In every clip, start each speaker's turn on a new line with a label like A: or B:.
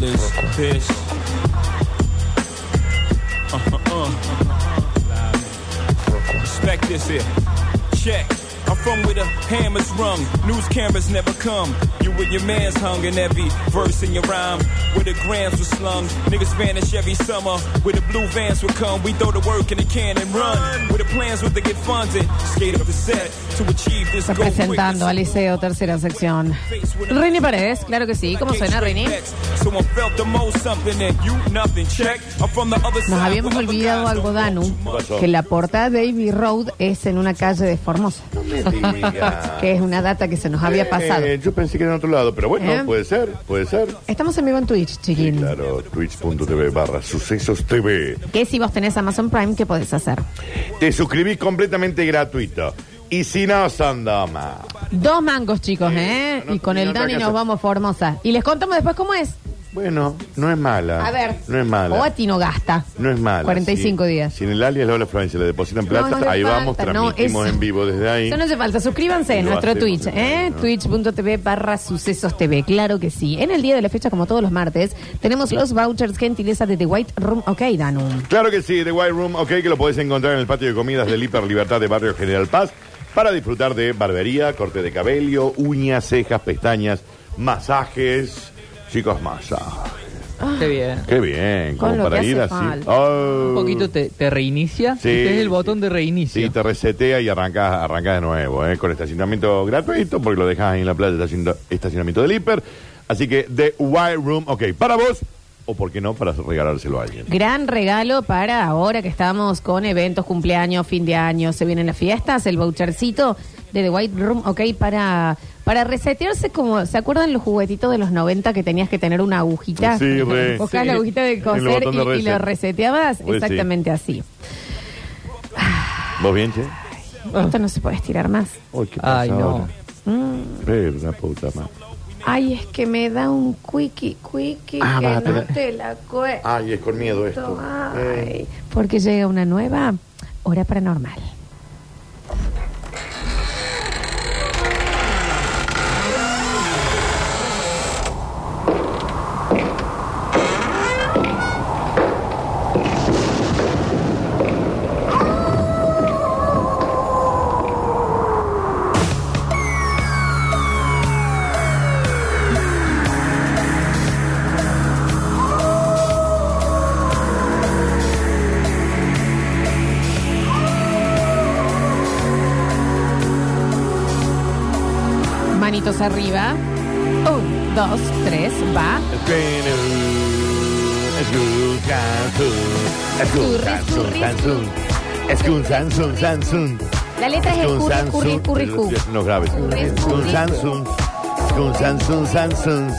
A: bitch. Uh, uh. Respect this here. Check. I'm from where the hammers rung. News cameras never come. You and your man's hung in every verse in your rhyme. Where the grams were slung. Niggas vanish every summer. Where the blue vans would come. We throw the work in the can and run. Where the plans were to get funded. Skate up the set to achieve this goal.
B: Representando al
A: quick.
B: liceo, tercera sección. Rini Paredes, claro que sí. ¿Cómo suena, Rini? Nos
A: Nos
B: habíamos olvidado algo, Danu, que la portada de Abbey Road es en una calle de Formosa,
C: No me digas.
B: que es una data que se nos había pasado.
C: Eh, yo pensé que era en otro lado, pero bueno,
B: ¿Eh?
C: puede ser, puede ser.
B: Estamos en vivo en Twitch,
C: Sí,
B: chiquín.
C: claro, twitch.tv barra sucesos TV.
B: Que si vos tenés Amazon Prime, ¿qué podés hacer?
C: Te suscribís completamente gratuito. Y si no, son doma.
B: Dos mangos, chicos, ¿eh?
C: no, no,
B: Y con el
C: no, no,
B: Dani
C: no, no.
B: nos vamos a Formosa. Y les contamos después cómo es.
C: Bueno, no es mala.
B: A ver.
C: Ah, No es mala.
B: O a ti no gasta.
C: No es mala.
B: 45
C: Si-
B: días.
C: Si en el alias Lola Florencia le depositan plata,
B: No, no
C: ahí
B: hace
C: vamos,
B: falta, no,
C: transmitimos
B: eso-
C: en vivo desde ahí.
B: Eso no hace falta. Suscríbanse a
C: Lo
B: nuestro
C: hacemos,
B: Twitch, ¿eh?
C: ¿no?
B: Twitch.tv barra sucesos TV. Claro que sí. En el día de la fecha, como todos los martes, tenemos los vouchers gentileza de The White Room. Ok, Danu.
C: Claro que sí, The White Room, ok, que lo podés encontrar en el patio de comidas del Hiper Libertad de Barrio General Paz para disfrutar de barbería, corte de cabello, uñas, cejas, pestañas, masajes. Chicos, masajes.
D: Qué bien.
C: Qué bien, como
B: Con lo
C: para
B: que
C: ir
B: hace
C: así.
B: falta.
C: Oh.
D: Un poquito te, te reinicia.
C: Sí,
D: este es
C: sí.
D: el botón de reinicio.
C: Sí, te resetea y arrancas arrancas de nuevo, ¿eh? con estacionamiento gratuito, porque lo dejas ahí en la playa de estacion- estacionamiento del hiper. Así que The White Room, ok, para vos, o por qué no, para regalárselo a alguien.
B: Gran regalo para ahora que estamos con eventos, cumpleaños, fin de año, se vienen las fiestas, el vouchercito de The White Room, ok, para, para resetearse como, ¿se acuerdan los juguetitos de los 90 que tenías que tener una agujita?
C: Sí, re.
B: Buscabas
C: Sí.
B: la agujita de
C: El
B: coser
C: botón
B: y,
C: de
B: y lo
C: reset.
B: reseteabas
C: Re, sí.
B: exactamente así.
C: ¿Vos bien, che? Oh.
B: Esto no se puede estirar más.
C: Ay, ¿qué pasa
D: Ay, no.
C: ahora? Pero una puta madre.
B: Ay, es que me da un quickie, quickie
C: Ah,
B: que
C: va,
B: no
C: pero-
B: te la cuento.
C: Ay, es con miedo esto. Eh,
B: Ay, porque llega una nueva hora paranormal. Manitos arriba. Un, dos, tres, va.
C: It's been a- it's good, Samsung. It's good,
B: Turris,
C: Samsung,
B: turris.
C: Samsung. It's good, Samsung, Samsung.
D: Eh,
B: La letra es
C: Con
B: escurri, escurri,
C: Samsung,
B: escurri, escurri.
C: eh, No graves.
B: Escurri,
C: Con
B: escurri.
C: Samsung. Con Samsung, Samsung.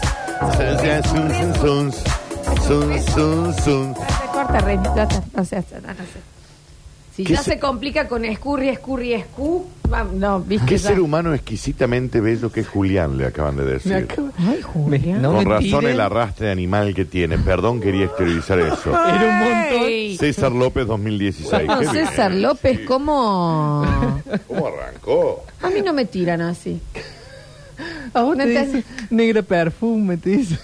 C: Samsung, Samsung. Samsung, Samsung.
B: Se corta, re, ya está, no sé, ya está, no sé. Si
C: ¿Qué
B: ya
C: se-
B: se complica con escurri, escurri, escu, va- no, viste.
C: Qué
B: ya.
C: ser humano exquisitamente bello que es Julián, le acaban de decir.
D: Me acaba-
B: Ay, Julián.
D: Me- no
C: Con
D: me
C: razón
D: tiren.
C: el arrastre animal que tiene. Perdón, quería exteriorizar eso.
D: Era un montón.
B: Ey.
C: César López 2016.
B: No,
C: Qué bien.
B: César López, ¿cómo?
C: ¿Cómo arrancó?
B: A mí no me tiran así.
D: A vos
B: No
D: te
B: te-
D: dice negra perfume, te dice.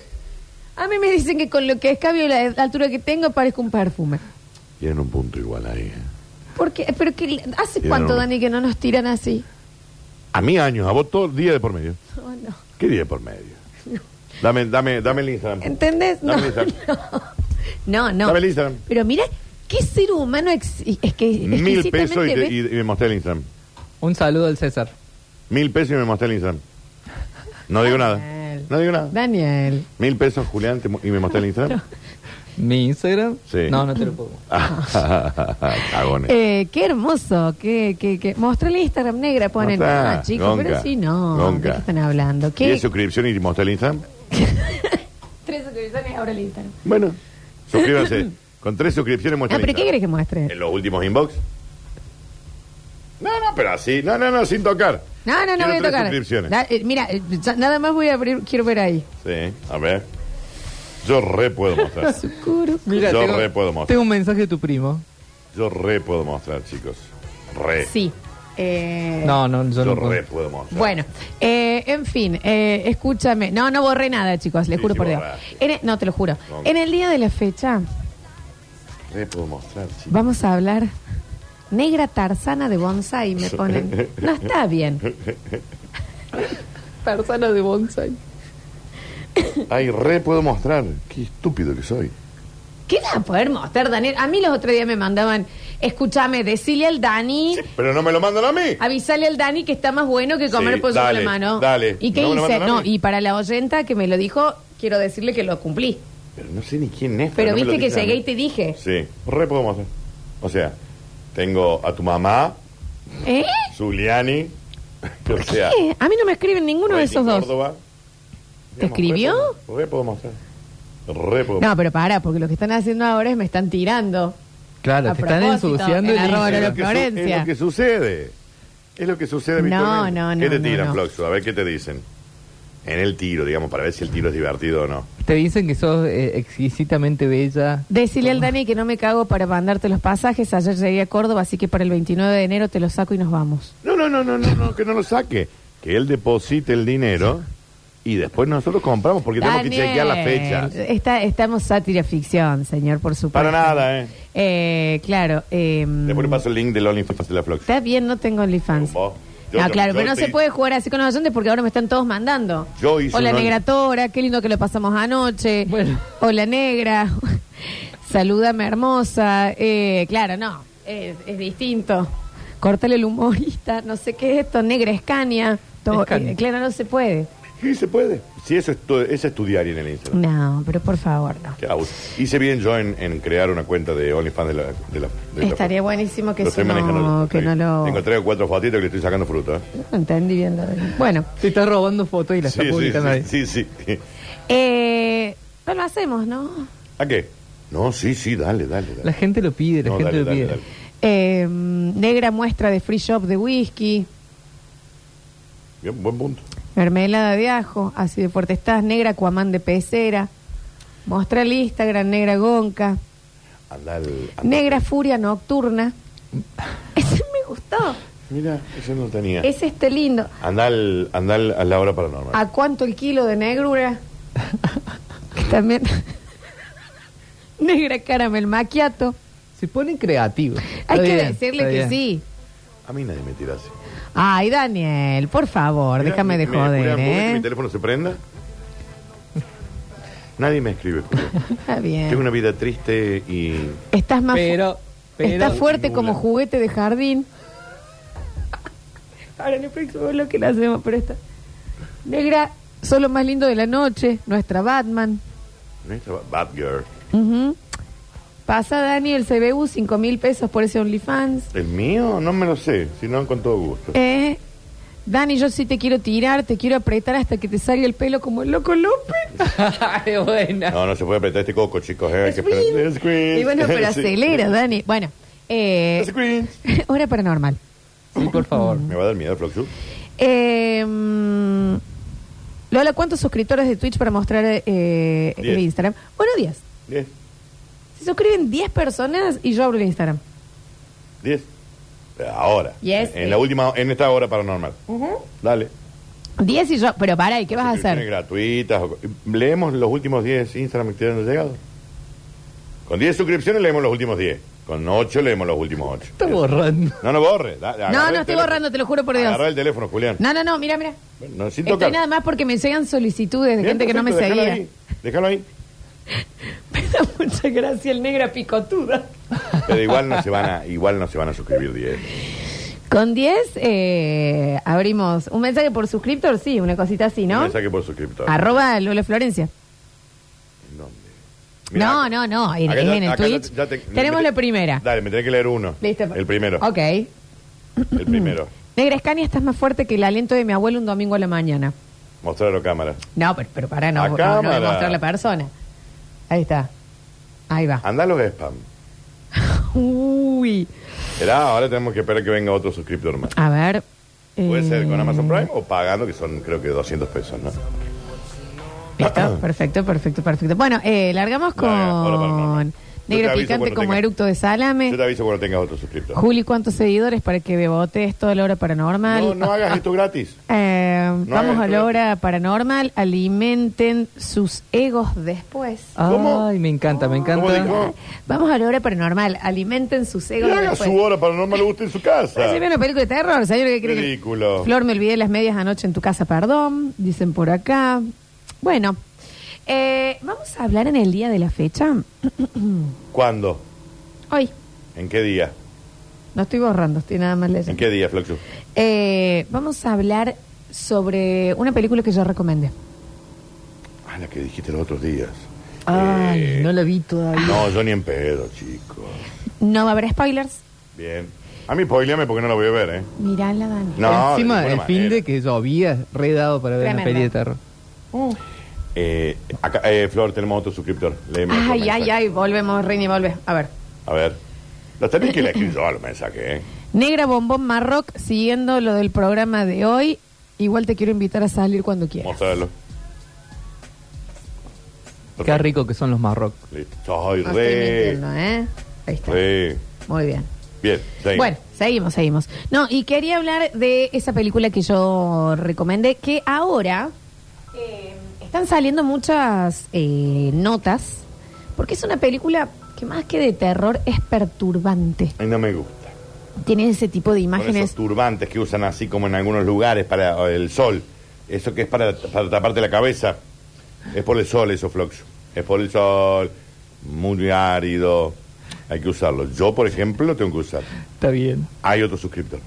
B: A mí me dicen que con lo que escabio y la, la altura que tengo parezco un perfume.
C: Tienen un punto igual ahí. ¿eh?
B: Porque, pero que, ¿hace
C: Tiene
B: cuánto,
C: un-
B: Dani, que no nos tiran así?
C: A mí años, a vos todo el día de por medio.
B: Oh, no.
C: ¿Qué día de por medio? Dame, dame, dame el Instagram.
B: ¿Entendés? No,
C: Dame el
B: no.
C: Instagram.
B: No, no.
C: Dame el Instagram.
B: Pero mira, ¿qué ser humano ex- es que
C: Mil pesos y,
B: exquisitamente
C: te-
B: ve-
C: y- y me mostré el Instagram.
D: Un saludo al César.
C: Mil pesos y me mostré el Instagram. No digo nada. No digo nada.
B: Daniel.
C: Mil pesos, Julián, te mo- y me mostré el Instagram.
D: ¿Mi Instagram?
C: Sí.
D: No, no te lo puedo.
C: Cagones.
B: Eh, qué hermoso, que, que, que. Mostré el Instagram negra, ponen.
C: No está,
B: Ah, chicos, pero
C: gonca,
B: sí, no.
C: gonca.
B: ¿De qué están hablando? ¿Qué?
C: ¿Diez suscripciones y mostré el Instagram?
B: Tres suscripciones ahora el Instagram.
C: Bueno, suscríbanse. Con tres suscripciones
B: Ah,
C: muestra
B: pero ¿qué querés que muestre?
C: ¿En los últimos inbox? No, no, pero así. No, no, no, sin tocar.
B: No, no, no voy
C: Quiero
B: a
C: tres
B: tocar.
C: suscripciones.
B: Da- eh, mira, eh, ya- nada más voy a abrir, quiero ver ahí.
C: Sí, a ver. Yo re puedo mostrar.
B: Sucuru.
C: Yo re puedo mostrar.
D: tengo un mensaje de tu primo.
C: Yo re puedo mostrar, chicos. Re.
B: Sí. Eh,
D: No, no, yo
C: Yo
D: no
C: re
D: puedo.
C: puedo mostrar.
B: Bueno, eh, en fin, eh, escúchame. No, no borré nada, chicos, les
C: Sí,
B: juro
C: sí,
B: por Dios.
C: borraste.
B: En el- no, te lo juro.
C: No.
B: En el día de la fecha
C: Re puedo mostrar, chicos.
B: vamos a hablar negra tarzana de bonsai, me ponen. No está bien.
D: Persona de bonsai.
C: Ay, re puedo mostrar. Qué estúpido que soy.
B: ¿Qué vas a poder mostrar, Daniel? A mí los otros días me mandaban, escúchame, decile al Dani,
C: Pero no me lo mandan a mí.
B: avisale al Dani que está más bueno que comer
C: Sí,
B: pollo con
C: dale,
B: la mano.
C: dale.
B: ¿Y qué
C: ¿No me lo
B: hice?
C: mandan a
B: No,
C: mí?
B: y para la oyenta que me lo dijo, quiero decirle que lo cumplí.
C: Pero no sé ni quién es.
B: Pero
C: no me lo
B: viste que
C: dicen a
B: llegué
C: mí.
B: y te dije,
C: Sí, re puedo mostrar. O sea, tengo a tu mamá,
B: ¿eh?
C: Zuliani. o sea, pues,
B: ¿Qué? A mí no me escriben ninguno de
C: Reyes
B: esos dos.
C: Córdoba.
B: ¿Te
C: Digamos,
B: escribió?
C: Re puedo mostrar. Re puedo
B: No, pero para, porque lo que están haciendo ahora es me están tirando.
D: Claro,
B: A
D: te están
B: propósito,
D: ensuciando
B: en
D: el
B: arroba
D: Instagram.
B: Lola
C: que su-
B: Florencia.
C: es lo que sucede. Es lo que sucede,
B: No,
C: habitualmente.
B: no, no,
C: ¿Qué te
B: no,
C: tiran,
B: no.
C: Floxu? A ver qué te dicen. En el tiro, digamos, para ver si el tiro es divertido o no.
D: Te dicen que sos eh, exquisitamente bella.
B: Decile al Dani que no me cago para mandarte los pasajes. Ayer llegué a Córdoba, así que para el 29 de enero te los saco y nos vamos.
C: No, no, no, no, no, no, que no lo saque. Que él deposite el dinero y después nosotros compramos porque tenemos que chequear las
B: Daniel,
C: fechas.
B: Está, estamos sátira ficción, señor, por supuesto.
C: Para nada, ¿eh?
B: Eh, claro. eh,
C: Después le paso el link del OnlyFans de la Flox.
B: está bien, no tengo OnlyFans.
C: Vos. Yo-
B: No,
C: yo-
B: claro,
C: yo
B: pero no
C: te-
B: se puede jugar así con los oyentes porque ahora me están todos mandando.
C: Yo hice
B: Hola
C: un Only-
B: negra Tora, qué lindo que lo pasamos anoche.
D: Bueno.
B: Hola negra, salúdame hermosa. Eh, claro, no, es, es distinto. Córtale el humorista, no sé qué es esto, negra escania. Todo-
D: Escania.
B: eh, claro, no se puede.
C: Sí, se puede. Sí, eso es, tu- es estudiar en el Instagram.
B: No, pero por favor, no.
C: Qué abuso. Hice bien yo en, en crear una cuenta de OnlyFans de la, de la- de la
B: Estaría
C: Flox.
B: buenísimo que
C: pues.
B: eso
C: Lo estoy
B: no,
C: manejando.
B: que no lo...
C: Tengo tres o cuatro fotitos que le estoy sacando fruto. ¿eh?
B: No entendí bien lo de- Bueno,
D: Te estás robando fotos y las
C: Sí,
D: estás
C: sí,
D: publicando ahí.
C: sí, sí, sí.
B: eh, no lo hacemos, ¿no?
C: ¿A qué? No, sí, sí, dale, dale. dale.
D: La gente lo pide, la
C: No,
D: gente
C: dale,
D: lo
C: dale,
D: pide.
C: dale.
B: Eh, negra muestra de free shop de whisky.
C: Bien, buen punto.
B: Mermelada de ajo, así de fuerte estás, negra cuamán de pecera. Mostra el Instagram, negra gonca.
C: Anda al. anda al-
B: Negra furia nocturna. Ese me gustó.
C: Mira, ese no tenía.
B: Ese está lindo.
C: Anda al, anda al- a la hora paranormal.
B: ¿A cuánto el kilo de negrura? Que también. negra caramel maquiato.
D: Se ponen creativos.
B: Hay
D: Está
B: que
D: bien,
B: decirle
D: está
B: que
D: bien.
B: sí.
C: A mí nadie me tira así.
B: Ay, Daniel, por favor,
C: Mira,
B: déjame
C: me-
B: de
C: me- Julián,
B: joder,
C: ¿vos ves que
B: ¿eh?
C: mi teléfono se prenda? nadie me escribe. Julián.
B: Está bien.
C: Tengo una vida triste y.
B: Estás más. fu-
D: Pero, pero.
B: Está fuerte
C: Nula.
B: como juguete de jardín. Ahora en el próximo bloque la hacemos, pero esta. Negra, solo más lindo de la noche, nuestra Batman.
C: Nuestra ba- Bad Girl.
B: Ujú. Pasa Dani el CBU, 5 mil pesos por ese OnlyFans.
C: ¿El mío? No me lo sé, sino con todo gusto.
B: Eh, Dani, yo sí te quiero tirar, te quiero apretar hasta que te salga el pelo como el loco López.
D: Ay, buena.
C: No, no se puede apretar este coco, chicos. eh, hay que
B: Squeeze.
C: esperar. Squeeze.
B: Y bueno, pero
C: Sí.
B: acelera, Dani. Bueno, eh,
C: Squeeze.
B: hora paranormal.
D: Sí, por favor.
C: Me va a dar miedo, Floxu.
B: Eh, mm, Lola, ¿cuántos suscriptores de Twitch para mostrar eh,
C: Diez.
B: el Instagram? Bueno, 10.
C: Diez.
B: Se suscriben 10 personas y yo abro el Instagram.
C: Diez. Ahora.
B: Yes.
C: En la última, en esta hora paranormal. Dale.
B: 10 y yo. Pero para, ¿y qué vas a
C: Suscripciones
B: hacer?
C: gratuitas. o- Leemos los últimos 10 Instagram que te han llegado. Con 10 suscripciones leemos los últimos 10. Con 8 leemos los últimos 8.
D: Está borrando.
C: No, no borres. da- agarra
B: no
C: el
B: estoy
C: teléfono.
B: borrando, te lo juro por Dios.
C: Agarra el teléfono, Julián.
B: No, este, no, no, mira, mira.
C: No, sin tocar.
B: Estoy nada más porque me llegan solicitudes de
C: Bien,
B: gente que no me
C: perfecto, déjalo
B: seguía.
C: ahí, Déjalo ahí.
B: Me da mucha gracia el negra picotuda.
C: Pero igual no se van a, igual no se van a suscribir 10.
B: Con 10 eh, abrimos un mensaje por suscriptor, sí, una cosita así,
C: Un
B: ¿no?
C: mensaje por suscriptor.
B: Arroba Lola Florencia.
C: ¿Dónde? Mirá,
B: no,
C: acá-
B: no, no, en,
C: acá
B: es
C: ya-
B: en el
C: acá ya
B: Twitch.
C: te- ya te-
B: Tenemos
C: me-
B: la primera.
C: Dale, me tenés que leer uno.
B: Listo.
C: El primero.
B: Ok.
C: El primero.
B: Negra Escania, estás más fuerte que el aliento de mi abuelo un domingo a la mañana.
C: Mostrarlo a cámara.
B: No, pero, pero para, no, no,
C: A
B: no voy a
C: cámara.
B: mostrar la persona. Ahí está. Ahí va.
C: Andá a los spam. Ah.
B: Uy.
C: Esperá, ahora tenemos que esperar que venga otro suscriptor más.
B: A ver.
C: Puede
B: eh,
C: ser con Amazon Prime o pagando, que son creo que 200 pesos, ¿no?
B: Listo, perfecto, perfecto, perfecto. Bueno, eh, largamos
C: Larga, hora
B: con
C: paranormal.
B: Negro
C: te aviso
B: picante
C: cuando
B: como
C: tenga-
B: eructo de salame.
C: Yo te aviso cuando tengas otro suscriptor.
B: Juli, ¿cuántos seguidores para que bebotes toda la hora paranormal?
C: No, no hagas esto gratis.
B: Eh, vamos
C: hagas
B: a la
C: esto.
B: hora paranormal. Alimenten sus egos después.
C: ¿Cómo?
D: Ay, me encanta, me
C: ¿Cómo
D: encanta.
C: dijo?
B: ¿Eh? Vamos a la hora paranormal. Alimenten sus
C: Y
B: egos
C: haga
B: después.
C: su hora paranormal gusta en su casa.
B: Se ve una película de terror, señor. ¿qué cree que-
C: Ridículo.
B: Flor, me olvidé las medias anoche en tu casa, perdón. Dicen por acá. Bueno, eh, vamos a hablar en el día de la fecha.
C: ¿Cuándo?
B: Hoy,
C: ¿En qué día?
B: no estoy borrando, estoy nada más
C: ¿En
B: leyendo.
C: qué día, Flaxu?
B: Eh, vamos a hablar sobre una película que yo recomendé.
C: Ah, la que dijiste los otros días.
D: Ay,
C: Eh,
D: no la vi todavía.
C: No, yo ni en pedo, chicos.
B: No va a haber spoilers.
C: Bien. A mí spoileame porque no la voy a ver, ¿eh?
B: Mirala, Dani.
C: No,
D: Encima
C: de
D: el
C: ninguna
D: fin de
C: manera.
D: que llovía, redado para ver una
B: Tremendo.
D: peli de terror.
B: Uh.
C: Eh, acá, eh, Flor, tenemos otro suscriptor. Léeme otro
B: Ay, ay,
C: mensaje.
B: ay, volvemos, Rini, volve. A ver.
C: A ver. Los tenés que le escribir yo al mensaje, ¿eh?
B: Negra Bombón Marroc, siguiendo lo del programa de hoy. Igual te quiero invitar a salir cuando quieras.
C: Mostrarlo.
D: Qué rico que son los marrocos.
C: Listo. Ay,
B: No estoy
C: re.
B: mintiendo, ¿eh? Ahí está.
C: Re.
B: Muy bien.
C: Bien, seguimos.
B: Bueno, seguimos, seguimos. No, y quería hablar de esa película que yo recomendé, que ahora eh, están saliendo muchas eh, notas, porque es una película que más que de terror es perturbante.
C: Ay, no me gusta.
B: Tiene ese tipo de
C: Con
B: imágenes.
C: esos turbantes que usan así como en algunos lugares para el sol. Eso que es para, para taparte la cabeza. Es por el sol eso, Flox. Es por el sol. Muy árido. Hay que usarlo. Yo, por ejemplo, lo tengo que usar.
D: Está bien.
C: Hay otro suscriptor.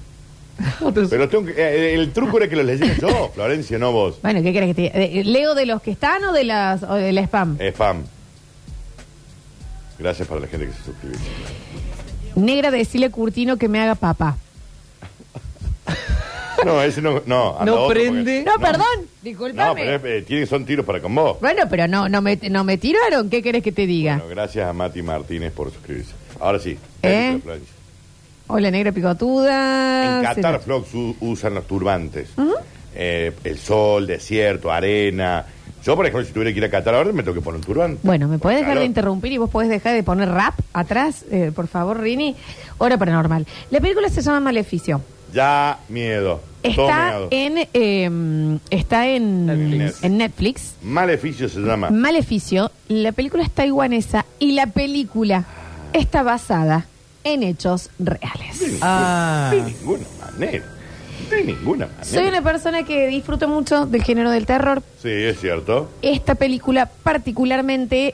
D: Otros-
C: Pero tengo que- eh, el truco era que los leyera yo, Florencia, no vos.
B: Bueno, ¿qué querés que te diga? Eh, ¿Leo de los que están o de las o del spam?
C: Spam. Eh, Gracias para la gente que se suscribió.
B: Negra, decile a Curtino que me haga papá.
C: No, ese no. No, anda
D: No
C: otro
D: prende.
B: No,
D: No.
B: perdón,
C: porque- No,
B: disculpame.
C: pero es- eh, tiene- son tiros para con vos.
B: Bueno, pero no, no me, no me tiraron. ¿Qué querés que te diga?
C: Bueno, gracias a Mati Martínez por suscribirse. Ahora sí.
B: ¿Eh?
C: Florencia.
B: Hola, negra picotuda.
C: En Qatar,
B: Se-
C: Flox u- usan los turbantes. Eh, el sol, desierto, arena. Yo, por ejemplo, si tuviera que ir a Qatar ahora, me tengo que poner un turbante.
B: Bueno, ¿me puedes dejar de
C: Claro.
B: interrumpir y vos podés dejar de poner rap atrás? Eh, por favor, Rini. Hora paranormal. La película se llama Maleficio.
C: Ya, miedo.
B: Está
C: Tomeado.
B: en, eh, está en
D: Netflix.
B: en Netflix.
C: Maleficio se llama.
B: Maleficio, la película es taiwanesa y la película
C: Ah.
B: está basada en hechos reales.
D: Ah.
C: De ninguna manera. De ninguna manera.
B: Soy una persona que disfruta mucho del género del terror.
C: Sí, es cierto.
B: Esta película particularmente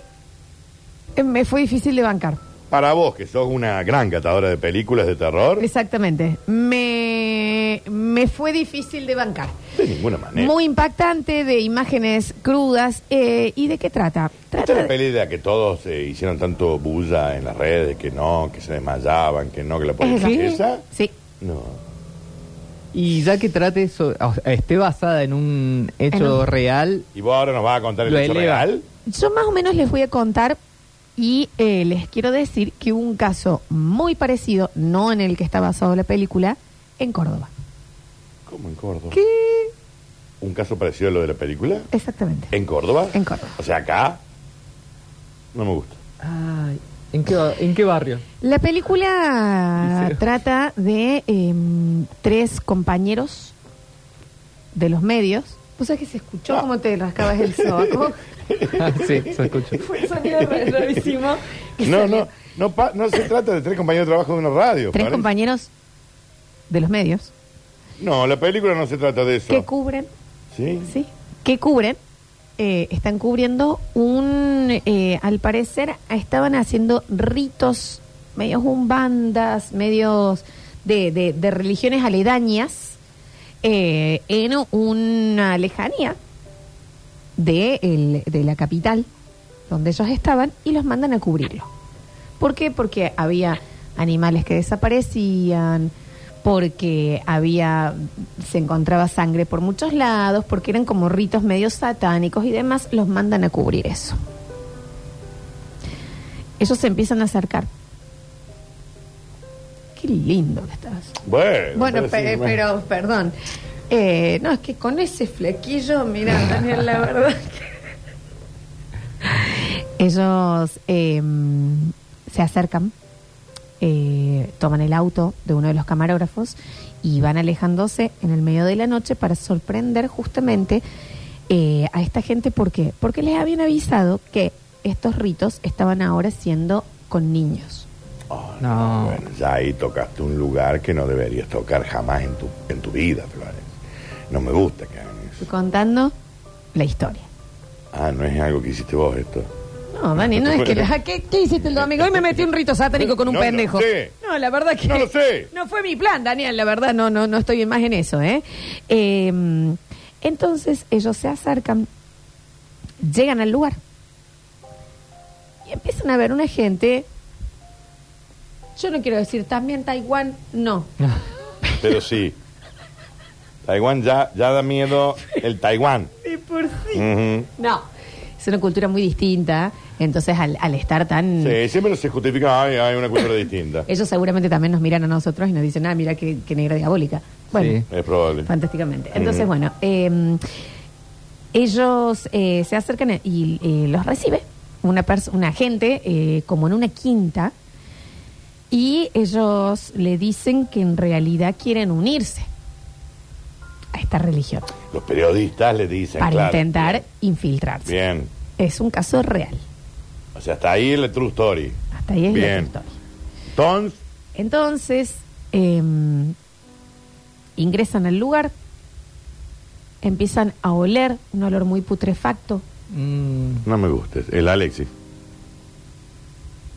B: eh, me fue difícil de bancar.
C: Para vos, que sos una gran catadora de películas de terror,
B: Exactamente. Me, me fue difícil de bancar.
C: de ninguna manera.
B: Muy impactante, de imágenes crudas. eh, ¿Y de qué trata?
C: Esta
B: Trata
C: es la
B: de-
C: peli de la que todos eh, hicieron tanto bulla en las redes, que no, que se desmayaban, que no, que la
B: ¿Es
C: policía.
B: esa?
C: ¿Esa?
B: Sí.
C: No.
D: Y ya que trate eso, o sea, esté basada en un hecho
B: un-
D: real,
C: ¿Y vos ahora nos vas a contar el
D: Lo
C: hecho
D: eleva.
C: real?
B: Yo más o menos les voy a contar y eh, les quiero decir que hubo un caso muy parecido, no en el que está basado la película, en Córdoba.
C: ¿Cómo en Córdoba? ¿Un caso parecido a lo de la película?
B: Exactamente.
C: ¿En Córdoba?
B: En Córdoba.
C: O sea, acá. No me gusta.
D: Ay, ¿en, qué, ba- en qué barrio?
B: La película
D: Liceo.
B: trata de em, tres compañeros de los medios. ¿Vos sabés que se escuchó
C: Ah.
B: cómo te rascabas el sobaco?
D: Ah, sí, se escucha.
B: Fue un sonido rarísimo. que
C: No,
B: salió.
C: no. No, pa- no se trata de tres compañeros de trabajo de una radio.
B: Tres
C: Florencia.
B: compañeros de los medios
C: No, la película no se trata de eso.
B: que cubren
C: ¿Sí?
B: ¿sí? que cubren, eh, están cubriendo un, eh, al parecer estaban haciendo ritos, medios umbandas, medios de, de- de religiones aledañas, eh, en una lejanía de, el- de la capital donde ellos estaban y los mandan a cubrirlo. ¿Por qué? Porque había animales que desaparecían, porque había se encontraba sangre por muchos lados, porque eran como ritos medio satánicos y demás, los mandan a cubrir eso. Ellos se empiezan a acercar. Qué lindo que estás.
C: Bueno,
B: Bueno,
C: sí,
B: pe-
C: bueno.
B: Eh, pero, perdón. Eh, no, es que con ese flequillo, mira, Daniel, la verdad que... Ellos eh, se acercan, eh, toman el auto de uno de los camarógrafos y van alejándose en el medio de la noche para sorprender justamente eh, a esta gente. ¿Por qué? Porque les habían avisado que estos ritos estaban ahora siendo con niños. Ah.
D: No.
C: Bueno, ya ahí tocaste un lugar que no deberías tocar jamás en tu, en tu vida, Flores. No me gusta que hagan eso.
B: Estoy contando la historia.
C: Ah, no es algo que hiciste vos esto.
B: No, Dani, no es que... la- ¿Qué, qué hiciste el domingo? Hoy me metí un rito satánico con un
C: No lo
B: pendejo.
C: sé.
B: No, la verdad que...
C: No lo sé.
B: No fue mi plan, Daniel, la verdad, no, no, no estoy más en eso, ¿eh? Eh, Entonces ellos se acercan, llegan al lugar y empiezan a ver una gente... Yo no quiero decir también Taiwán, no.
C: Pero sí. Taiwán ya, ya da miedo el Taiwán.
B: Y por sí.
C: Ujú.
B: No, es una cultura muy distinta, entonces al, al estar tan...
C: Sí, siempre se justifica, ay, hay una cultura distinta.
B: Ellos seguramente también nos miran a nosotros y nos dicen, ah, mira qué, qué negra diabólica. Bueno,
D: Sí.
C: Es probable.
B: fantásticamente. Entonces, bueno, eh, ellos eh, se acercan y eh, los recibe una, pers- una gente eh, como en una quinta y ellos le dicen que en realidad quieren unirse a esta religión
C: Los periodistas le dicen,
B: para
C: claro.
B: intentar infiltrarse.
C: Bien.
B: Es un caso real.
C: O sea, hasta ahí la true story.
B: Hasta ahí es la
C: Bien.
B: historia.
C: Tons,
B: Entonces, eh, ingresan al lugar, empiezan a oler un olor muy putrefacto.
D: Mm,
C: no me gustes. El Alexis.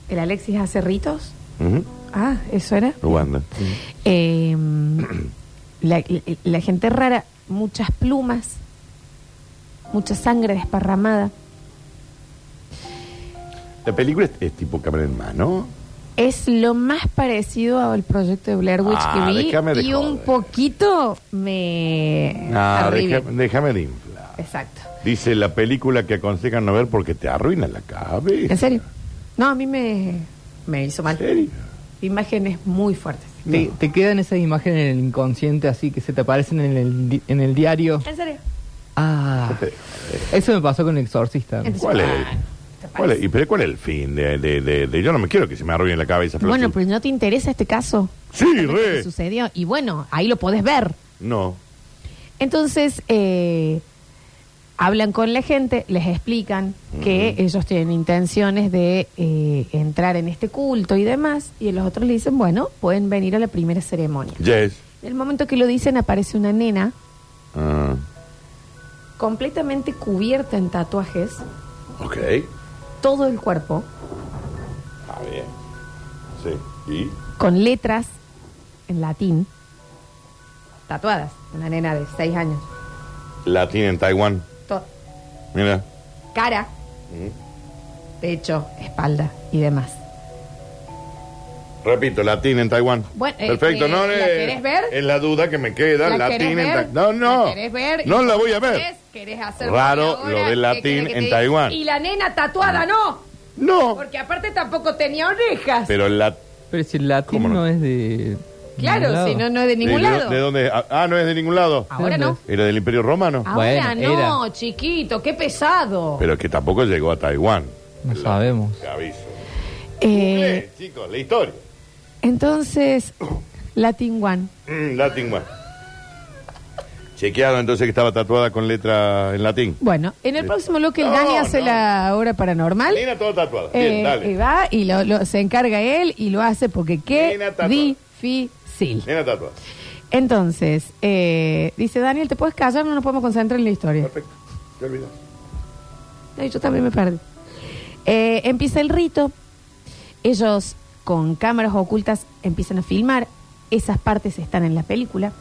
B: El Alexis hace ritos.
C: Ujú.
B: Ah, eso era.
C: Ruanda.
B: Eh, la, la- la gente rara, muchas plumas, mucha sangre desparramada.
C: La película es, es tipo cámara en mano.
B: Es lo más parecido al proyecto de Blair Witch
C: Ah,
B: que
C: déjame de
B: vi y un
C: joder.
B: poquito me
C: Ah,
B: arribé.
C: déjame, déjame de inflar.
B: Exacto.
C: Dice la película que aconsejan no ver porque te arruina la cabeza.
B: ¿En serio? No, a mí me, me hizo mal.
C: ¿En serio?
B: Imágenes muy fuertes.
D: te, te quedan esas imágenes en el inconsciente así que se te aparecen en el, di- en el diario.
B: ¿En serio?
D: Ah, eso me pasó con el exorcista.
B: Entonces,
C: ¿Cuál es?
B: ah, ¿te
C: ¿Cuál es?
B: parece?
C: ¿Y pero cuál es el fin de, de- de- de- Yo no me quiero que se me arruine la cabeza. Flor.
B: Bueno, pues no te interesa este caso.
C: Sí,
B: Lo que
C: re.
B: sucedió. Y bueno, ahí lo podés ver.
C: No.
B: Entonces, eh, hablan con la gente, les explican que ellos tienen intenciones de eh, entrar en este culto y demás. Y los otros le dicen, bueno, pueden venir a la primera ceremonia.
C: Yes.
B: En el momento que lo dicen, aparece una nena
C: Ah,
B: completamente cubierta en tatuajes.
C: ok.
B: todo el cuerpo
C: Ah, bien. Sí. ¿Y?
B: con letras en latín tatuadas. Una nena de 6 años.
C: Latina en Taiwán.
B: To-
C: Mira.
B: cara, pecho, espalda y demás.
C: Repito, latín en Taiwán.
B: Bueno, eh,
C: Perfecto,
B: eh,
C: no
B: ¿la
C: eh,
B: querés ver?
C: Es la duda que me queda.
B: ¿La
C: latín
B: querés
C: en
B: ver?
C: Taiwán. No, no.
B: ¿La querés ver?
C: No la voy a ver.
B: ¿Querés? ¿Querés hacer
C: Raro
B: media
C: lo
B: hora?
C: del
B: ¿Qué
C: latín
B: querés que
C: en
B: te diga?
C: Taiwán.
B: Y la nena tatuada, no.
C: No.
B: Porque aparte tampoco tenía orejas.
C: Pero la.
D: Pero si el latín
C: ¿Cómo
D: no?
C: no?
D: es de... ningún
B: claro,
D: lado.
B: si no, no es de ningún
C: de,
B: lado.
C: ¿De dónde? Ah, Ah, no es de ningún lado.
B: Ahora no.
C: Era del Imperio Romano.
B: Ahora
D: Bueno,
B: no, chiquito, qué pesado.
C: Pero que tampoco llegó a Taiwán.
D: No sabemos.
C: Te aviso.
B: Eh,
C: Eh, chicos, la historia.
B: Entonces, Latin One.
C: Mm, Latin One. Chequeado entonces que estaba tatuada con letra en latín.
B: Bueno, en el próximo bloque el
C: No,
B: Dani hace
C: no.
B: la obra paranormal.
C: Lina toda tatuada.
B: Eh,
C: Bien, dale.
B: y va y lo, lo- se encarga él y lo hace porque qué
C: Nena tatuada.
B: difícil.
C: Lina tatuada.
B: Entonces, eh, dice Daniel, ¿te puedes callar? No nos podemos concentrar en la historia.
C: Perfecto. Te olvidas.
B: Ay, yo también me perdí. Eh, empieza el rito. Ellos con cámaras ocultas empiezan a filmar. Esas partes están en la película.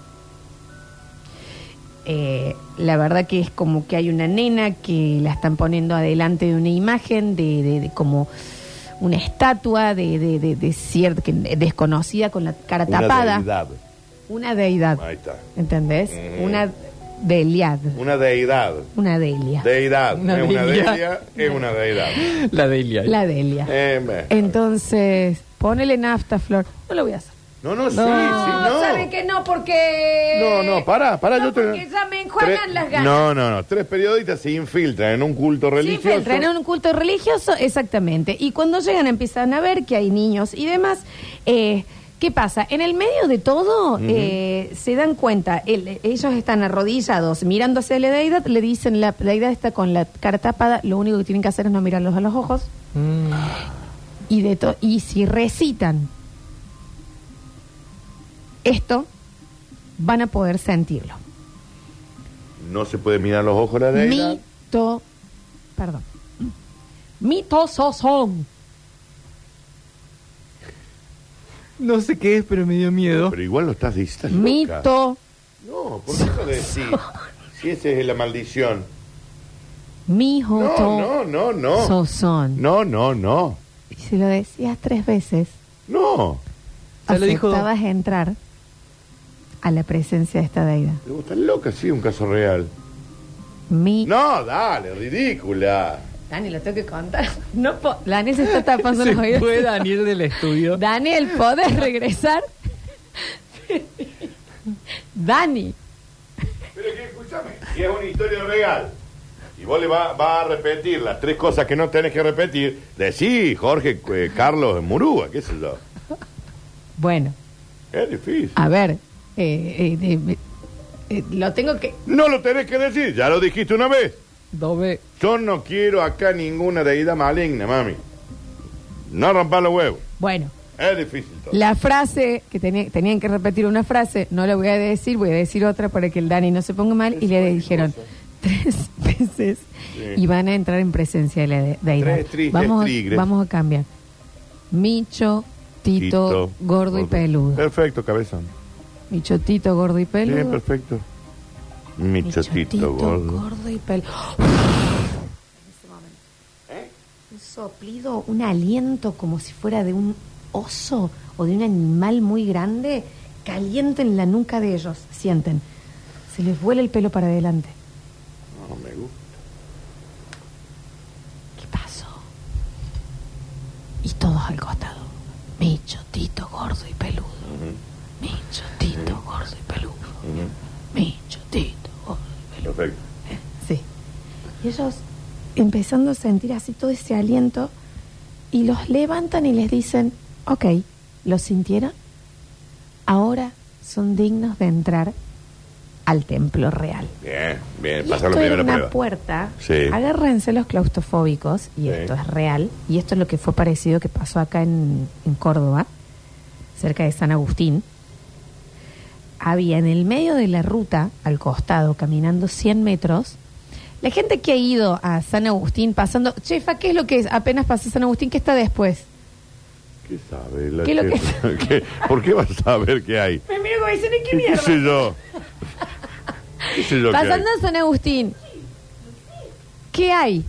B: Eh, la verdad que es como que hay una nena que la están poniendo adelante de una imagen de, de- de como una estatua de, de, de- de cier- que- desconocida con la cara
C: Una
B: tapada.
C: deidad.
B: Una deidad.
C: Ahí está.
B: ¿Entendés?
C: Mm.
B: Una deliad.
C: Una deidad.
B: Una delia.
C: Deidad.
D: Una
C: es una
D: deidad.
C: deidad. Es una deidad.
D: La de Ilia.
B: la delia.
C: Eh, me-
B: Entonces, ponele nafta, Flor. No lo voy a hacer.
C: No, no, sí, sí, no.
B: ¿saben que no? Porque.
C: No, no, para, para, yo te-
B: Eh, porque ya me enjuagan
C: Tres-
B: las ganas.
C: No, no, no. Tres periodistas se infiltran en un culto religioso.
B: Sí, filtran en un culto religioso, exactamente. Y cuando llegan empiezan a ver que hay niños y demás. Eh, ¿Qué pasa? En el medio de todo eh, se dan cuenta, el- ellos están arrodillados mirando hacia la deidad, le dicen, la, la deidad está con la cara tapada, lo único que tienen que hacer es no mirarlos a los ojos.
D: Mm.
B: Y, de to- y si recitan esto, van a poder sentirlo.
C: No se puede mirar los ojos a la deidad.
B: Mito. Perdón. Mitososón.
D: No sé qué es, pero me dio miedo.
C: Pero igual lo estás diciendo.
B: Mito.
C: No, ¿por qué lo decís? Si esa es la maldición. No, no,
B: Mijoto.
C: no, no.
B: Sosón.
C: No, no, no.
B: Y si lo decías tres veces,
C: No.
D: Ya lo dijo-
B: aceptabas entrar a la presencia de esta deidad.
C: Pero vos estás loca, sí, un caso real.
B: Mi.
C: No, dale, ridícula.
B: Dani, lo tengo que contar. No po- Dani se está tapando
D: ¿Se
B: los oídos.
D: fue Daniel del estudio?
B: Daniel, ¿podés regresar? Dani.
C: Pero que escúchame, si es una historia real y vos le vas va a repetir las tres cosas que no tenés que repetir, decí Jorge eh, Carlos Murúa, qué sé yo.
B: Bueno,
C: Es difícil.
B: a ver. eh, eh, eh, eh, lo tengo que.
C: No lo tenés que decir, ya lo dijiste una vez.
D: Dobe.
C: Yo no quiero acá ninguna deidad maligna, mami. No rompas los huevos.
B: Bueno,
C: Es difícil todo.
B: la frase que tenía- tenían que repetir una frase, no la voy a decir, voy a decir otra para que el Dani no se ponga mal y le dijeron tres veces
C: Sí.
B: y van a entrar en presencia de la de- deidad.
C: Tres tristes
B: vamos, a,
C: tigres.
B: vamos a cambiar. Micho, Tito, gordo, y peludo.
C: Perfecto, cabezón.
B: Micho, Tito, gordo y
C: Sí,
B: peludo.
C: perfecto. Mi
B: Micho,
C: chotito gordo.
B: y peludo. Un soplido, un aliento como si fuera de un oso o de un animal muy grande, caliente en la nuca de ellos, sienten. Se les vuela el pelo para adelante.
C: No, Oh, me gusta.
B: ¿Qué pasó? Y todos al costado. Micho, Tito, gordo y peludo. Micho, Tito, gordo y peludo. Micho, Tito, gordo y peludo.
C: Perfecto.
B: Sí. Y ellos empezando a sentir así todo ese aliento y los levantan y les dicen, ok, ¿lo sintieron? Ahora son dignos de entrar al templo real.
C: Bien, bien,
B: Y
C: pasar la
B: esto era
C: primera
B: una
C: prueba.
B: puerta.
C: Sí.
B: Agárrense los claustrofóbicos, y
C: Sí.
B: esto es real, y esto es lo que fue parecido que pasó acá en, en Córdoba, cerca de San Agustín. Había en el medio de la ruta, al costado, caminando 100 metros, la gente que ha ido a San Agustín pasando, chefa, ¿qué es lo que es? Apenas pasé San Agustín, ¿qué está después?
C: ¿Qué sabe la
B: ¿Qué lo que-
C: chefa? ¿Qué- ¿Por qué vas a saber qué hay?
B: Me miro como dicen, ¿qué
C: ¿Qué sé yo? ¿Qué sé yo qué
B: Pasando
C: hay?
B: a San Agustín, ¿qué hay?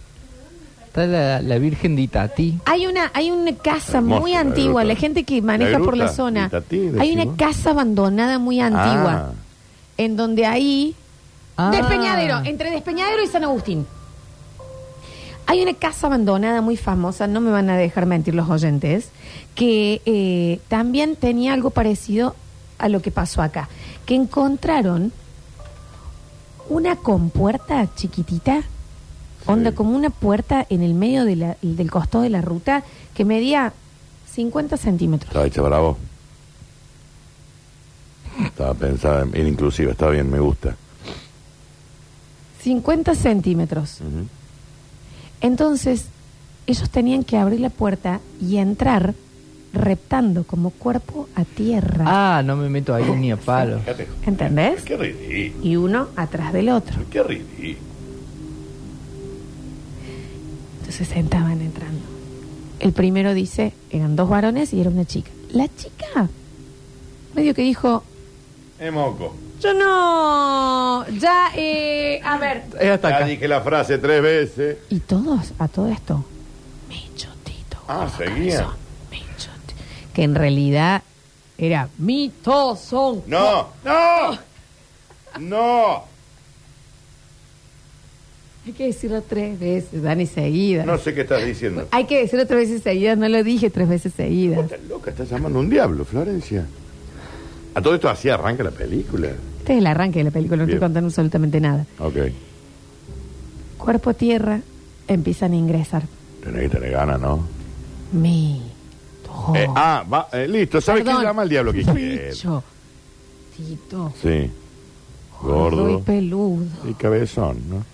D: Está la, la Virgen de Itatí.
B: Hay una, hay una casa
C: Hermosa
B: muy
C: la
B: antigua,
C: gruta.
B: la gente que maneja
C: La
B: por la
C: gruta,
B: zona.
C: Itatí,
B: hay una
C: decimos.
B: casa abandonada muy antigua,
C: Ah.
B: en donde ahí...
D: Ah.
B: Despeñadero, entre Despeñadero y San Agustín. Hay una casa abandonada muy famosa, no me van a dejar mentir los oyentes, que eh, también tenía algo parecido a lo que pasó acá, que encontraron una compuerta chiquitita, onda como una puerta en el medio de la- del costado de la ruta, que medía 50 centímetros.
C: Estaba hecha bravo. Estaba pensada en inclusiva, está bien, me gusta.
B: 50 centímetros.
C: Ujú.
B: Entonces, ellos tenían que abrir la puerta y entrar reptando como cuerpo a tierra.
D: Ah, no me meto ahí ni a palo.
C: Fíjate.
B: ¿Entendés?
C: Qué ridículo,
B: Y uno atrás del otro.
C: qué ridículo.
B: Entonces se sentaban entrando. El primero dice, eran dos varones y era una chica. La chica medio que dijo,
C: Es moco.
B: yo no, ya, eh, a ver.
D: Es hasta
C: Ya
D: acá.
C: dije la frase tres veces.
B: Y todos, a todo esto, Michotito.
C: Ah,
B: gordo
C: seguía.
B: cabezón, Michoti- Que en realidad era mitosón.
C: No, no, no,
B: Hay que decirlo tres veces, Dani, seguida.
C: no sé qué estás diciendo.
B: Hay que decirlo tres veces seguidas, no lo dije tres veces seguidas.
C: Estás loca, estás llamando a un diablo, Florencia. A todo esto así arranca la película.
B: Este es el arranque de la película, no
C: Bien.
B: estoy contando absolutamente nada.
C: Ok.
B: Cuerpo a tierra, empiezan a ingresar.
C: Tenés que tener ganas, ¿no?
B: Mi. Oh,
C: Eh, ah, va, eh, listo. ¿Sabes qué?
B: perdón.
C: Llama al diablo que quiere.
B: Bicho. Tito.
C: Sí.
B: Gordo y
C: Gordo.
B: peludo.
C: Y cabezón, ¿no?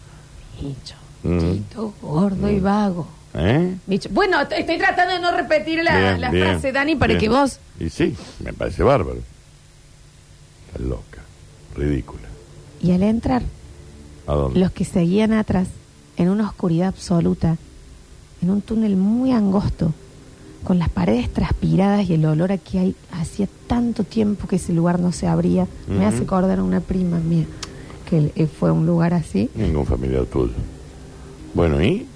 B: Bicho.
C: Mm.
B: Tito, gordo y vago.
C: ¿Eh?
B: Bicho. Bueno, t- estoy tratando de no repetir la,
C: Bien,
B: la
C: bien,
B: frase, Dani, para
C: bien.
B: que vos.
C: Y sí, me parece bárbaro. Estás loca. Ridícula.
B: Y al entrar,
C: ¿A dónde?
B: los que seguían atrás, en una oscuridad absoluta, en un túnel muy angosto, con las paredes transpiradas y el olor a que hay, hacía tanto tiempo que ese lugar no se abría, me hace acordar a una prima mía, que eh, fue a un lugar así.
C: Ningún familiar tuyo. Bueno, ¿y?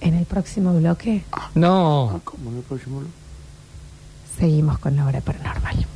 B: En el próximo bloque
D: No.
C: Ah, ¿Cómo en el próximo
B: seguimos con la hora paranormal.